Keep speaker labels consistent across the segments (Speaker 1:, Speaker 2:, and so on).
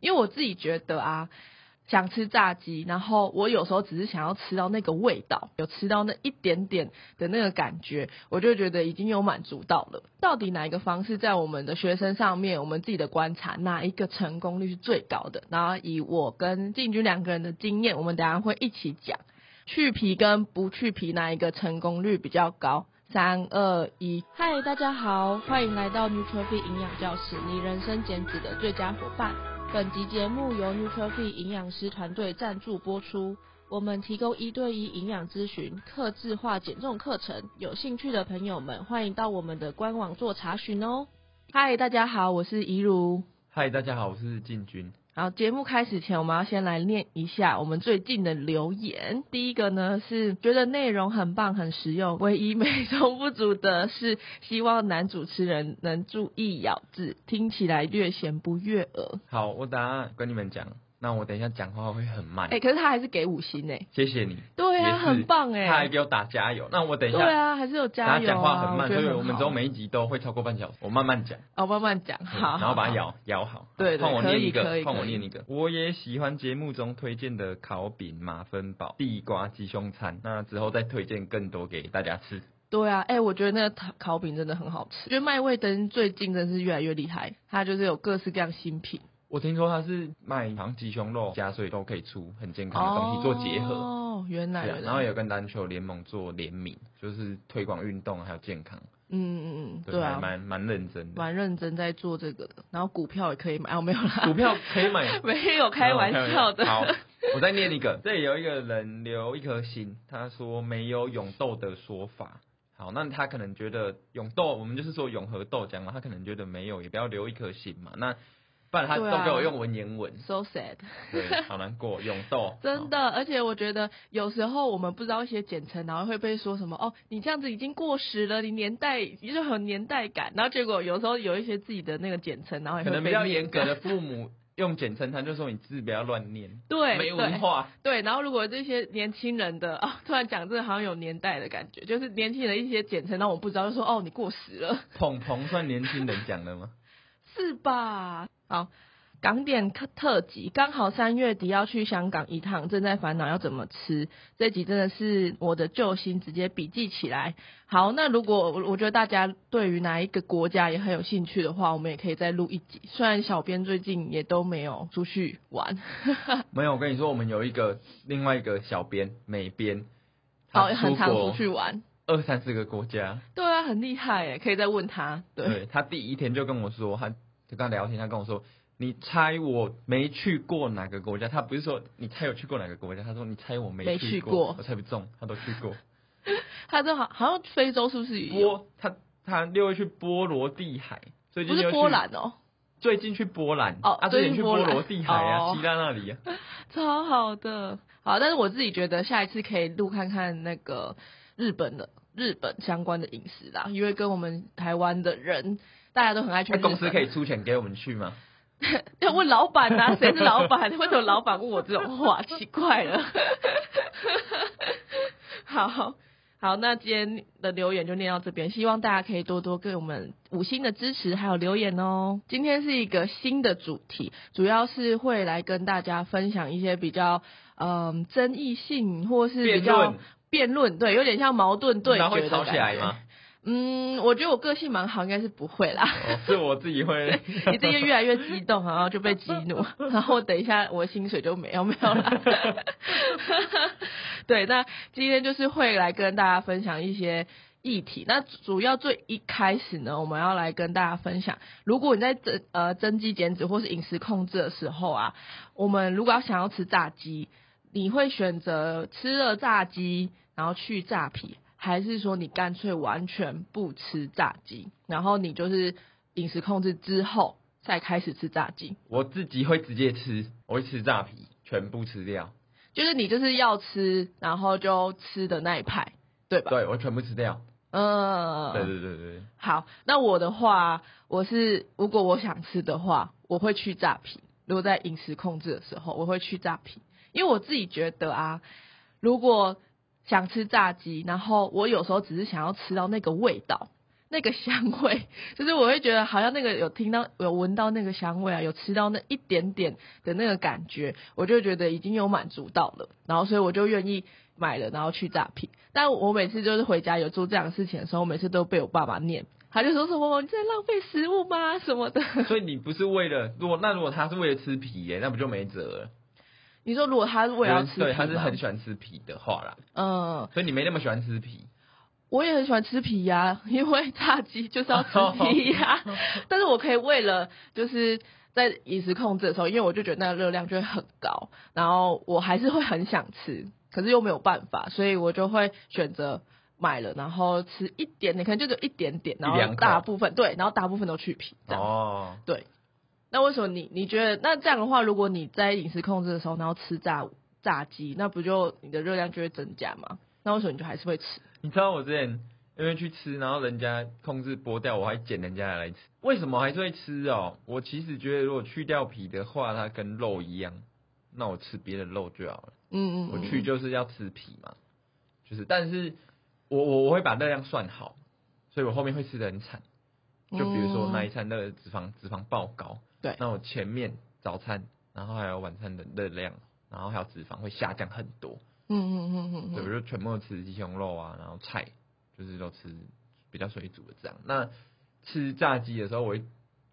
Speaker 1: 因为我自己觉得啊，想吃炸鸡，然后我有时候只是想要吃到那个味道，有吃到那一点点的那个感觉，我就觉得已经有满足到了。到底哪一个方式在我们的学生上面，我们自己的观察，哪一个成功率是最高的？然后以我跟进军两个人的经验，我们等一下会一起讲去皮跟不去皮哪一个成功率比较高。三二一，嗨，大家好，欢迎来到 Nutrify 营养教室，你人生减脂的最佳伙伴。本集节目由 Nutrify 营养师团队赞助播出。我们提供一对一营养咨询、客制化减重课程，有兴趣的朋友们欢迎到我们的官网做查询哦。嗨，大家好，我是怡如。
Speaker 2: 嗨，大家好，我是进军。
Speaker 1: 好，节目开始前，我们要先来念一下我们最近的留言。第一个呢是觉得内容很棒、很实用，唯一 美中不足的是希望男主持人能注意咬字，听起来略显不悦耳。
Speaker 2: 好，我等下跟你们讲，那我等一下讲话会很慢。
Speaker 1: 哎、可是他还是给五星哎、
Speaker 2: 谢谢你，
Speaker 1: 对啊
Speaker 2: 也是
Speaker 1: 很棒哎
Speaker 2: 他还给我打加油。那我等一
Speaker 1: 对
Speaker 2: 下，
Speaker 1: 啊，还是有加
Speaker 2: 他
Speaker 1: 油啊！
Speaker 2: 讲话很慢，
Speaker 1: 觉
Speaker 2: 所
Speaker 1: 得
Speaker 2: 以
Speaker 1: 很
Speaker 2: 我们
Speaker 1: 好
Speaker 2: 之后每一集都会超过半小时，我慢慢讲，
Speaker 1: 哦慢慢讲，
Speaker 2: 嗯
Speaker 1: 好，
Speaker 2: 然后把它
Speaker 1: 好。
Speaker 2: 咬咬好。
Speaker 1: 对对
Speaker 2: 换我
Speaker 1: 可以
Speaker 2: 念一
Speaker 1: 可以
Speaker 2: 个，换我
Speaker 1: 可以
Speaker 2: 念一个。我也喜欢节目中推荐的烤饼、马芬堡、地瓜鸡胸餐，那之后再推荐更多给大家吃。
Speaker 1: 对啊，哎、我觉得那个烤烤饼真的很好吃。觉得麦味登最近真是越来越厉害，它就是有各式各样新品。
Speaker 2: 我听说他是卖好像鸡胸肉加水都可以出很健康的东西做结合。
Speaker 1: 哦，原来
Speaker 2: 对
Speaker 1: 原
Speaker 2: 啊
Speaker 1: 来，
Speaker 2: 然后也有跟篮球联盟做联名，就是推广运动还有健康，
Speaker 1: 嗯嗯嗯，
Speaker 2: 对，
Speaker 1: 对
Speaker 2: 还
Speaker 1: 啊，
Speaker 2: 蛮蛮认真的。
Speaker 1: 蛮认真在做这个的。然后股票也可以买，哦，没有啦，，
Speaker 2: 股票可以买
Speaker 1: 没有开玩笑的。
Speaker 2: 好，我再念一个，这里有一个人留一颗心，他说没有永豆的说法。好，那他可能觉得永豆，我们就是说永和豆浆嘛，他可能觉得没有，也不要留一颗心嘛。那不然他
Speaker 1: 对啊
Speaker 2: 都给我用文言文，
Speaker 1: So sad，
Speaker 2: 对，好难过，永豆，
Speaker 1: 真
Speaker 2: 的。
Speaker 1: 的，而且我觉得有时候我们不知道一些简称，然后会被说什么哦，你这样子已经过时了，你年代就很年代感，然后结果有时候有一些自己的那个简称，然后也
Speaker 2: 可
Speaker 1: 会
Speaker 2: 能比
Speaker 1: 被
Speaker 2: 较
Speaker 1: 念
Speaker 2: 严格
Speaker 1: 到，
Speaker 2: 的父母用简称，他就说你字不要乱念，
Speaker 1: 对
Speaker 2: 没
Speaker 1: 对
Speaker 2: 文化。
Speaker 1: 对，然后如果这些年轻人的哦，突然讲这个好像有年代的感觉，就是年轻人一些简称，让我不知道，就说哦，你过时了，
Speaker 2: 鹏鹏算年轻人讲的吗？
Speaker 1: 是吧？好，港点特特辑，刚好三月底要去香港一趟，正在烦恼要怎么吃。这集真的是我的救星，直接笔记起来。好，那如果我我觉得大家对于哪一个国家也很有兴趣的话，我们也可以再录一集。虽然小编最近也都没有出去 玩，啊
Speaker 2: 没有，我跟你说，我们有一个另外一个小编美编，
Speaker 1: 好，
Speaker 2: 他
Speaker 1: 很常出
Speaker 2: 国
Speaker 1: 去玩。
Speaker 2: 二三十个国家，
Speaker 1: 对啊，很厉害耶，可以再问他。对。
Speaker 2: 对他第一天就跟我说，他就跟他聊天，他跟我说。你猜我没去过哪个国家？他不是说你猜我去过哪个国家，他说你猜我
Speaker 1: 没
Speaker 2: 没
Speaker 1: 去
Speaker 2: 过，
Speaker 1: 过
Speaker 2: 我猜不中，他都去过。
Speaker 1: 他这好好像非洲是不是也有？
Speaker 2: 波他他六月去波罗的海，最
Speaker 1: 不
Speaker 2: 近
Speaker 1: 是
Speaker 2: 又去
Speaker 1: 波，兰哦，
Speaker 2: 最近去波兰，
Speaker 1: 哦
Speaker 2: 啊，
Speaker 1: 最
Speaker 2: 最
Speaker 1: 近
Speaker 2: 近去
Speaker 1: 波
Speaker 2: 波
Speaker 1: 兰
Speaker 2: 罗的海啊，
Speaker 1: 哦
Speaker 2: 希腊那里啊，
Speaker 1: 超好的。好，但是我自己觉得下一次可以录看看那个日本的日本相关的饮食啦，因为跟我们台湾的人大家都很爱去
Speaker 2: 那
Speaker 1: 日本。
Speaker 2: 哎公司可以出钱给我们去吗？
Speaker 1: 要问老板呐、谁是老板？ 为什么老板问我这种话？ 奇怪了。好好，那今天的留言就念到这边，希望大家可以多多给我们五星的支持，还有留言哦。今天是一个新的主题，主要是会来跟大家分享一些比较嗯、争议性或是比
Speaker 2: 辩
Speaker 1: 较
Speaker 2: 论
Speaker 1: 辩论，对，有点像矛盾对
Speaker 2: 那
Speaker 1: 决
Speaker 2: 会
Speaker 1: 的
Speaker 2: 吵
Speaker 1: 感
Speaker 2: 起来
Speaker 1: 觉
Speaker 2: 吗？？
Speaker 1: 嗯，我觉得我个性蛮好，应该是不会啦。
Speaker 2: 哦，是我自己会。
Speaker 1: 你这个越来越激动，然后就被激怒，然后等一下我薪水就没有没有了。 对，那今天就是会来跟大家分享一些议题。那主要最一开始呢，我们要来跟大家分享，如果你在增呃增肌减脂或是饮食控制的时候啊，我们如果要想要吃炸鸡，你会选择吃了炸鸡然后去炸皮，还是说你干脆完全不吃炸鸡，然后你就是饮食控制之后再开始吃炸鸡？
Speaker 2: 我自己会直接吃，我会吃炸皮，全部吃掉。
Speaker 1: 就是你就是要吃，然后就吃的那一派，对吧？
Speaker 2: 对，我全部吃掉。
Speaker 1: 嗯，
Speaker 2: 对对对对，
Speaker 1: 好，那我的话，我是如果我想吃的话，我会去炸皮。如果在饮食控制的时候，我会去炸皮，因为我自己觉得啊，如果想吃炸鸡，然后我有时候只是想要吃到那个味道，那个香味，就是我会觉得好像那个有听到有闻到那个香味啊，有吃到那一点点的那个感觉，我就觉得已经有满足到了，然后所以我就愿意买了，然后去诈骗。但我每次就是回家有做这样的事情的时候，我每次都被我爸爸念，他就说什么你在浪费食物吗什么的。
Speaker 2: 所以你不是为了，如果那如果他是为了吃皮耶、那不就没辙了。
Speaker 1: 你说如果他为了要吃，
Speaker 2: 对，他是很喜欢吃皮的话啦，
Speaker 1: 嗯，
Speaker 2: 所以你没那么喜欢吃皮。
Speaker 1: 我也很喜欢吃皮呀、 因为炸鸡就是要吃皮 呀、但是我可以为了就是在饮食控制的时候，因为我就觉得那个热量就会很高，然后我还是会很想吃，可是又没有办法，所以我就会选择买了，然后吃一点点，可能就只有一点点，然
Speaker 2: 一两
Speaker 1: 后
Speaker 2: 口
Speaker 1: 大部分对，然后大部分都去皮这样。
Speaker 2: 哦，
Speaker 1: 那为什么你你觉得那这样的话，如果你在饮食控制的时候，然后吃炸炸鸡，那不就你的热量就会增加吗？那为什么你就还是会吃？
Speaker 2: 你知道我之前因为去吃，然后人家控制剥掉，我还捡人家的来吃，为什么还是会吃哦？我其实觉得如果去掉皮的话，它跟肉一样，那我吃别的肉就好了。
Speaker 1: 嗯嗯，嗯
Speaker 2: 我去就是要吃皮嘛，就是，但是我我我会把热量算好，所以我后面会吃的很惨。就比如说那一餐的脂肪脂肪爆高，
Speaker 1: 哦对
Speaker 2: 那我前面早餐，然后还有晚餐的热量，然后还有脂肪会下降很多，
Speaker 1: 嗯嗯嗯嗯嗯，
Speaker 2: 对，我就全部都吃鸡胸肉啊，然后菜就是都吃比较水煮的这样。那吃炸鸡的时候，我会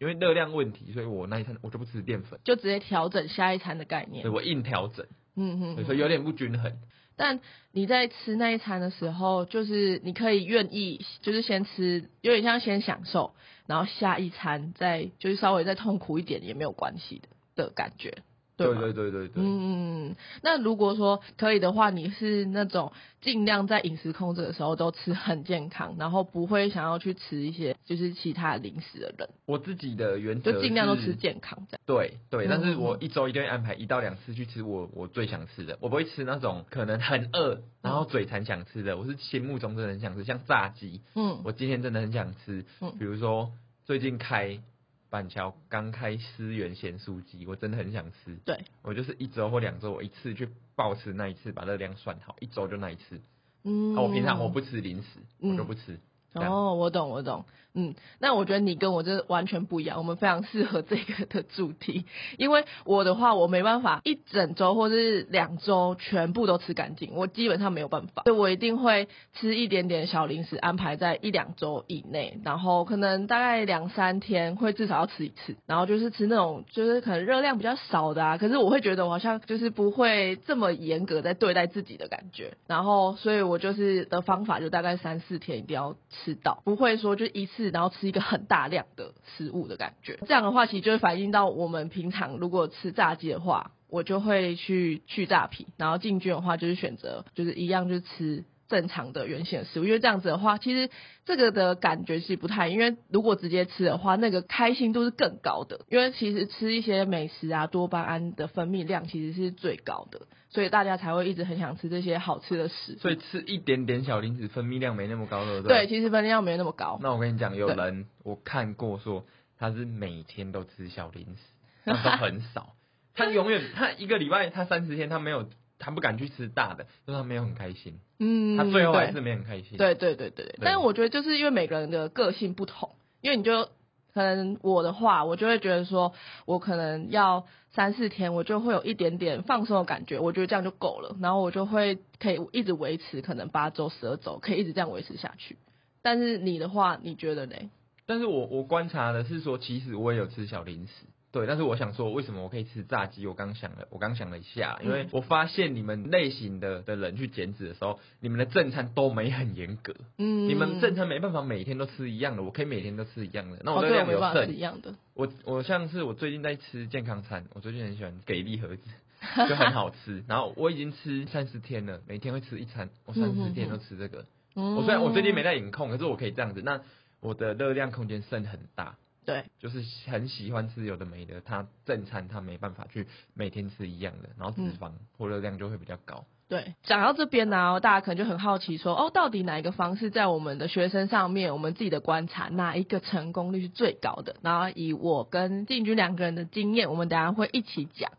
Speaker 2: 因为热量问题，所以我那一餐我就不吃淀粉，
Speaker 1: 就直接调整下一餐的概念
Speaker 2: 对。我硬调整，
Speaker 1: 嗯嗯
Speaker 2: 对所以
Speaker 1: 嗯。
Speaker 2: 有点不均衡。
Speaker 1: 但你在吃那一餐的时候，就是你可以愿意，就是先吃，有点像先享受，然后下一餐再就是稍微再痛苦一点也没有关系的的感觉，
Speaker 2: 对
Speaker 1: 吗？
Speaker 2: 对对对
Speaker 1: 嗯
Speaker 2: 对，
Speaker 1: 嗯嗯。那如果说可以的话，你是那种尽量在饮食控制的时候都吃很健康，然后不会想要去吃一些就是其他零食的人，
Speaker 2: 我自己的原则
Speaker 1: 就尽量都
Speaker 2: 是
Speaker 1: 吃健康这样。
Speaker 2: 对对，
Speaker 1: 嗯
Speaker 2: 但是我一周一定会安排一到两次去吃我我最想吃的，我不会吃那种可能很饿，然
Speaker 1: 嗯
Speaker 2: 后嘴馋想吃的，我是心目中真的很想吃，像炸鸡，
Speaker 1: 嗯
Speaker 2: 我今天真的很想吃
Speaker 1: 嗯，
Speaker 2: 比如说最近开板桥刚开思源咸酥鸡，我真的很想吃，
Speaker 1: 对
Speaker 2: 我就是一周或两周我一次去暴吃那一次，把热量算好，一周就那一次，
Speaker 1: 嗯。
Speaker 2: 啊，我平常我不吃零食，
Speaker 1: 嗯
Speaker 2: 我就不吃，这样
Speaker 1: 哦，我懂，我懂，嗯，那我觉得你跟我这完全不一样，我们非常适合这个的主题，因为我的话，我没办法一整周或是两周全部都吃干净，我基本上没有办法，所以我一定会吃一点点小零食，安排在一两周以内，然后可能大概两三天会至少要吃一次，然后就是吃那种就是可能热量比较少的啊，可是我会觉得我好像就是不会这么严格在对待自己的感觉，然后所以我就是的方法就大概三四天一定要吃到，不会说就一次然后吃一个很大量的食物的感觉，这样的话其实就会反映到我们平常如果吃炸鸡的话。我就会去去炸皮，然后进军的话就是选择就是一样就吃正常的原型的食物，因为这样子的话，其实这个的感觉是不太，因为如果直接吃的话，那个开心度是更高的，因为其实吃一些美食啊，多巴胺的分泌量其实是最高的，所以大家才会一直很想吃这些好吃的食物。
Speaker 2: 所以吃一点点小零食分泌量没那么高，对不
Speaker 1: 对，其实分泌量没那么高。
Speaker 2: 那我跟你讲，有
Speaker 1: 对
Speaker 2: 人我看过说他是每天都吃小零 食，但是很少。他永远他一个礼拜他三十天他没有他不敢去吃大的，就是他没有很开心，
Speaker 1: 嗯，
Speaker 2: 他最后还
Speaker 1: 对
Speaker 2: 是没有很开心。，
Speaker 1: 对对对对对，但是我觉得就是因为每个人的个性不同，因为你就可能我的话，我就会觉得说，我可能要三四天，我就会有一点点放松的感觉，我觉得这样就够了，然后我就会可以一直维持，可能八周、十二周，可以一直这样维持下去。但是你的话，你觉得呢？
Speaker 2: 但是我我观察的是说，其实我也有吃小零食。对，但是我想说，为什么我可以吃炸鸡？我刚想了，我刚想了一下，
Speaker 1: 嗯
Speaker 2: 因为我发现你们类型的的人去减脂的时候，你们的正餐都没很严格，
Speaker 1: 嗯，
Speaker 2: 你们正餐没办法每天都吃一样的，我可以每天都吃一样的，那
Speaker 1: 哦，
Speaker 2: 我热
Speaker 1: 对，我
Speaker 2: 量
Speaker 1: 没
Speaker 2: 有
Speaker 1: 办法
Speaker 2: 剩
Speaker 1: 是，一样的，
Speaker 2: 我我像是我最近在吃健康餐，我最近很喜欢给力盒子，就很好吃。然后我已经吃三十天了，每天会吃一餐，我三
Speaker 1: 嗯
Speaker 2: 十
Speaker 1: 嗯
Speaker 2: 天都吃这个。
Speaker 1: 嗯，
Speaker 2: 我虽然我最近没在饮控，可是我可以这样子，那我的热量空间剩很大。
Speaker 1: 嗯对，
Speaker 2: 就是很喜欢吃有的没的，它正餐它没办法去每天吃一样的，然后
Speaker 1: 嗯
Speaker 2: 脂肪或热量就会比较高。
Speaker 1: 对，讲到这边呢、大家可能就很好奇说，哦，到底哪一个方式在我们的学生上面，我们自己的观察，哪一个成功率是最高的？然后以我跟进军两个人的经验，我们等一下会一起讲，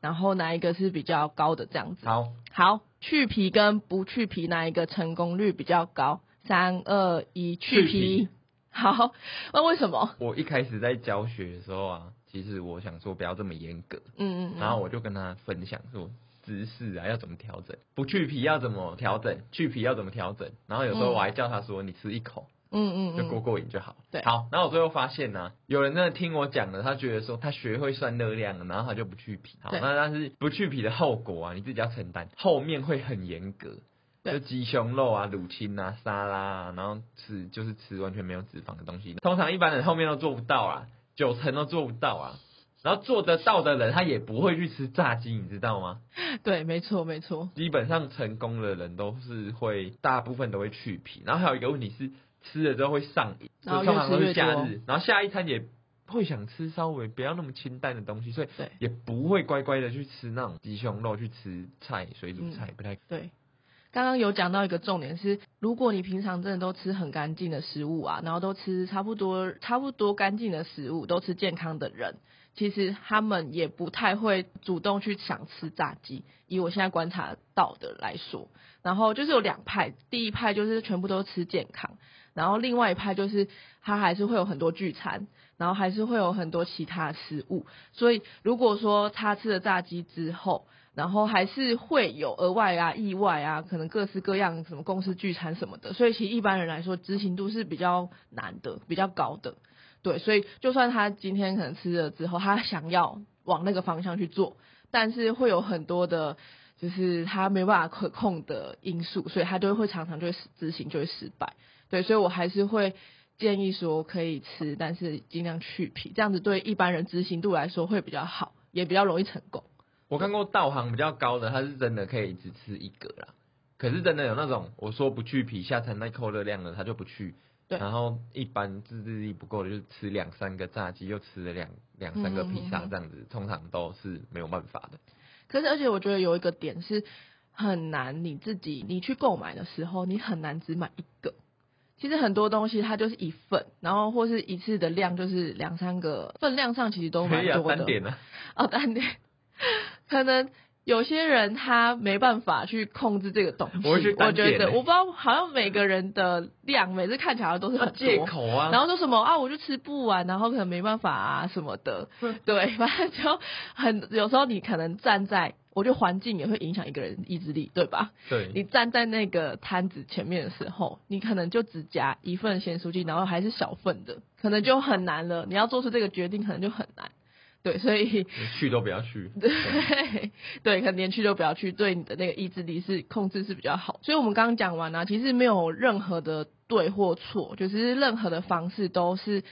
Speaker 1: 然后哪一个是比较高的这样子。
Speaker 2: 好，
Speaker 1: 好，去皮跟不去皮哪一个成功率比较高？三二一，去
Speaker 2: 去皮
Speaker 1: 皮。好，那为什么？
Speaker 2: 我一开始在教学的时候啊，其实我想说不要这么严格，
Speaker 1: 嗯嗯嗯，
Speaker 2: 然后我就跟他分享说姿势啊要怎么调整，不去皮要怎么调整，去皮要怎么调整，然后有时
Speaker 1: 嗯
Speaker 2: 候我还叫他说你吃一口
Speaker 1: 嗯嗯
Speaker 2: 就过
Speaker 1: 嗯，
Speaker 2: 过瘾就好。
Speaker 1: 对
Speaker 2: 好，然后我最后发现呢、有人真的听我讲了，他觉得说他学会算热量了，然后他就不去皮。好，
Speaker 1: 对
Speaker 2: 那但是不去皮的后果啊，你自己要承担，后面会很严格。
Speaker 1: 对
Speaker 2: 就鸡胸肉啊、乳清啊、沙拉啊，然后吃就是吃完全没有脂肪的东西。通常一般人后面都做不到啊，九成都做不到啊。然后做得到的人，他也不会去吃炸鸡，你知道吗？
Speaker 1: 对，没错没错，
Speaker 2: 基本上成功的人都是会，大部分都会去皮。然后还有一个问题是，吃了之后会上瘾，
Speaker 1: 然后
Speaker 2: 就通常都
Speaker 1: 越
Speaker 2: 是
Speaker 1: 吃越
Speaker 2: 假
Speaker 1: 多
Speaker 2: 日，然后下一餐也会想吃稍微不要那么清淡的东西，所以
Speaker 1: 对
Speaker 2: 也不会乖乖的去吃那种鸡胸肉，去吃菜、水煮菜，
Speaker 1: 嗯
Speaker 2: 不太
Speaker 1: 对。刚刚有讲到一个重点是，如果你平常真的都吃很干净的食物啊，然后都吃差不多差不多干净的食物，都吃健康的人，其实他们也不太会主动去想吃炸鸡。以我现在观察到的来说，然后就是有两派，第一派就是全部都吃健康，然后另外一派就是他还是会有很多聚餐，然后还是会有很多其他食物。所以如果说他吃了炸鸡之后，然后还是会有额外啊、意外啊，可能各式各样什么公司聚餐什么的，所以其实一般人来说，执行度是比较难的、比较高的。对，所以就算他今天可能吃了之后，他想要往那个方向去做，但是会有很多的，就是他没办法可控的因素，所以他就会常常就会失执行就会失败。对，所以我还是会建议说可以吃，但是尽量去皮，这样子对一般人执行度来说会比较好，也比较容易成功。
Speaker 2: 我看过道行比较高的，他是真的可以只吃一个啦。可是真的有那种我说不去皮，下餐再扣热量了，他就不去。
Speaker 1: 对
Speaker 2: 然后一般自制力不够的，就是吃两三个炸鸡，又吃了两两三个披
Speaker 1: 嗯
Speaker 2: 萨
Speaker 1: 嗯嗯
Speaker 2: 这样子，通常都是没有办法的。
Speaker 1: 可是，而且我觉得有一个点是很难，你自己你去购买的时候，你很难只买一个。其实很多东西它就是一份，然后或是一次的量就是两三个，分量上其实都
Speaker 2: 所
Speaker 1: 蛮
Speaker 2: 以啊，
Speaker 1: 多
Speaker 2: 单
Speaker 1: 的。
Speaker 2: 点啊，
Speaker 1: 哦，单点。可能有些人他没办法去控制这个东西，
Speaker 2: 我会去
Speaker 1: 我
Speaker 2: 单点
Speaker 1: 觉得
Speaker 2: 欸
Speaker 1: 我不知道，好像每个人的量每次看起来都是很多。
Speaker 2: 借口啊。
Speaker 1: 然后说什么啊，我就吃不完，然后可能没办法啊什么的，
Speaker 2: 嗯
Speaker 1: 对，反正就很有时候你可能站在，我觉得环境也会影响一个人意志力，对吧？
Speaker 2: 对，
Speaker 1: 你站在那个摊子前面的时候，你可能就只夹一份咸酥鸡，然后还是小份的，可能就很难了。你要做出这个决定，可能就很难。对，所以
Speaker 2: 去都不要去。
Speaker 1: 对对，可能连去都不要去，对你的那个意志力是控制是比较好。所以我们刚刚讲完啊，其实没有任何的对或错，就是任何的方式都是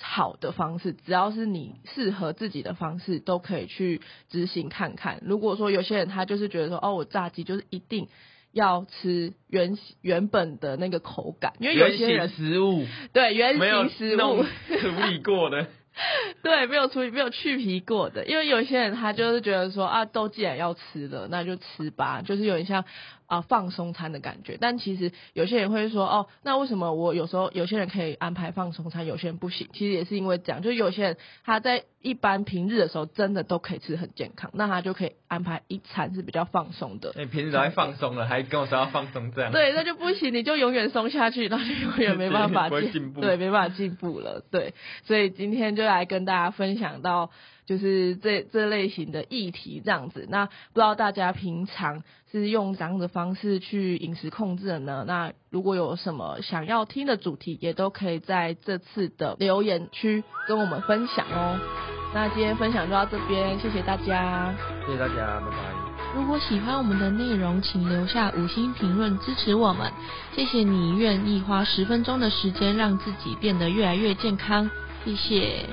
Speaker 1: 好的方式，只要是你适合自己的方式，都可以去执行看看。如果说有些人他就是觉得说，哦，我炸鸡就是一定。要吃原原本的那个口感，因为有些
Speaker 2: 原
Speaker 1: 人
Speaker 2: 形食物
Speaker 1: 对原
Speaker 2: 没有
Speaker 1: 形食物
Speaker 2: 弄，处理过的，
Speaker 1: 对，没有处理，没有去皮过的，因为有一些人他就是觉得说啊，都既然要吃了，那就吃吧，就是有点像啊放松餐的感觉。但其实有些人会说哦，那为什么我有时候有些人可以安排放松餐，有些人不行？其实也是因为这样，就有些人他在一般平日的时候真的都可以吃很健康，那他就可以安排一餐是比较放松的。
Speaker 2: 哎，平时都在放松了，还跟我说要放松这样。
Speaker 1: 对，那就不行，你就永远松下去，那就永远没办法
Speaker 2: 不会
Speaker 1: 进
Speaker 2: 进步
Speaker 1: 对，没办法进步了。对，所以今天就来跟大家分享到就是这这类型的议题这样子。那不知道大家平常是用怎样的方式去饮食控制的呢？那如果有什么想要听的主题，也都可以在这次的留言区跟我们分享哦。那今天分享就到这边，谢谢大家。
Speaker 2: 谢谢大家，拜拜。
Speaker 3: 如果喜欢我们的内容，请留下五星评论支持我们。谢谢你愿意花十分钟的时间让自己变得越来越健康，谢谢。